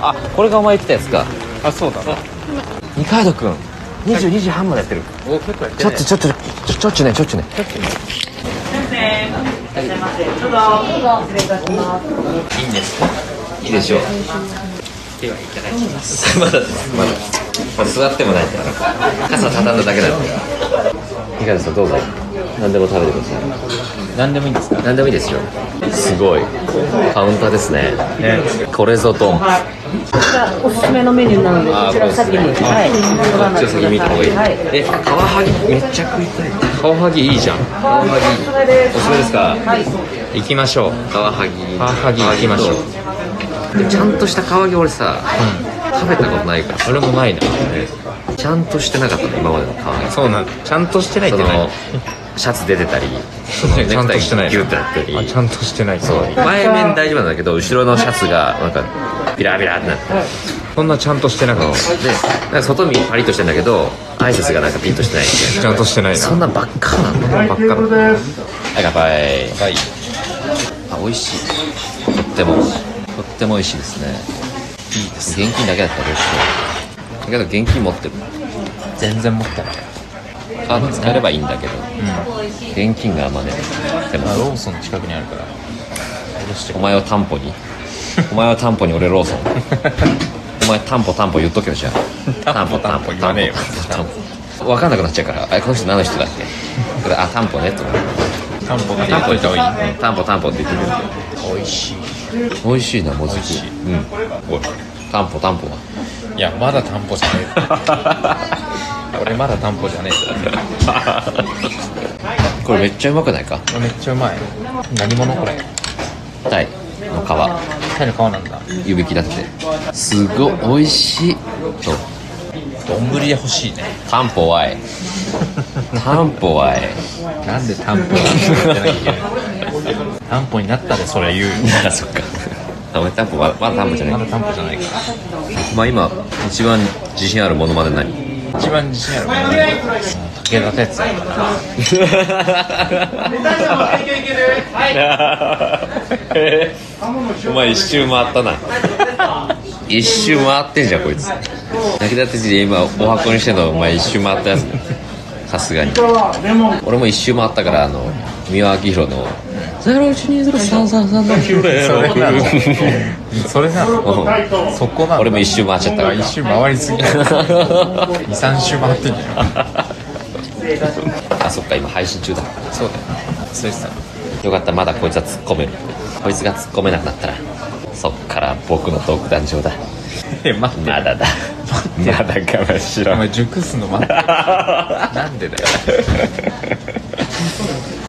あこれがお前来たやつかあそうだな二階堂君22時半までやってるお結構やっちょっとちょっとちょちょっちょねちょっちょねいいんですかいいでしょうではいただきますまだですまだまだ座ってもないから傘畳んだだけなんで二階堂さんどうぞ何でも食べてください何でもいいんですか何でもいいですよすごいカウンターですねこれぞドンおすすめのメニューなので、こちら先に。はい。こっちを先見た方がいいはい。えカワハギめっちゃ食いたいカワハギいいじゃんカワハギおすすめですかはい。行きましょうカワハギカワハギ行きましょううちゃんとしたカワハギ俺さ、食べたことないからそれもないなちゃんとしてなかったね今までのカワハギそうなんちゃんとしてないっそてないの シャツ出てたりそのちゃんとしてないネクタイギュッてなったりあちゃんとしてないそう前面大丈夫なんだけど後ろのシャツがなんかビラビラってなってそんなちゃんとしてなあかのっでたなんか外見パリッとしてんだけど挨拶がなんかピンとしてないみたいなちゃんとしてないなそんなんばっかなんだよばっかだはい乾杯はいあ美味しいとってもとっても美味しいですねいいです現金だけだったら美味しいだけど現金持ってる全然持ってないカード使えればいいんだけど、現金があんまねでもあローソン近くにあるから戻してお前を担保 にお前は担保に俺 ローソンお前担保担保言っとけよじゃあ担保担保言わねえよ担保分かんなくなっちゃうからあこの人何の人だっけこれあ担保ねと思って担保で担保い言ったた方方がいいがいい担保担保って言ってみる美味しい美味しいなもず美味しきいうんおい担保担保はい やまだ担保じゃね え俺まだ担保じゃねこれめっちゃうまくないかえめっちゃうまい何者これタイの皮タイの皮なんだ湯引きだってすごい美味しいそう丼で欲しいね担保はえ担保はえなんで担保なんだ担保になったでそれ言うあそっかあ俺担保ままだ担保じゃないまだ担保じゃないからまあ今一番自信あるものまで何一番自信ある もの武田鉄矢 お前一周回ったな一周回ってんじゃんこいつ泣き立て地で今お箱にしてんのお前一周回ったやつだよさすがに俺も一周回ったからあの三輪明宏の「01203333」 それなのそこなの俺も一周回っちゃったから一周回り すぎ23周回ってんじゃんあそっか今配信中だそうだよなそうですよかったまだこいつは突っ込めるこいつが突っ込めなくなったらそっから僕の独壇場だえ待ってまだだまだかもしおろ 前熟すの待ってなんでだよ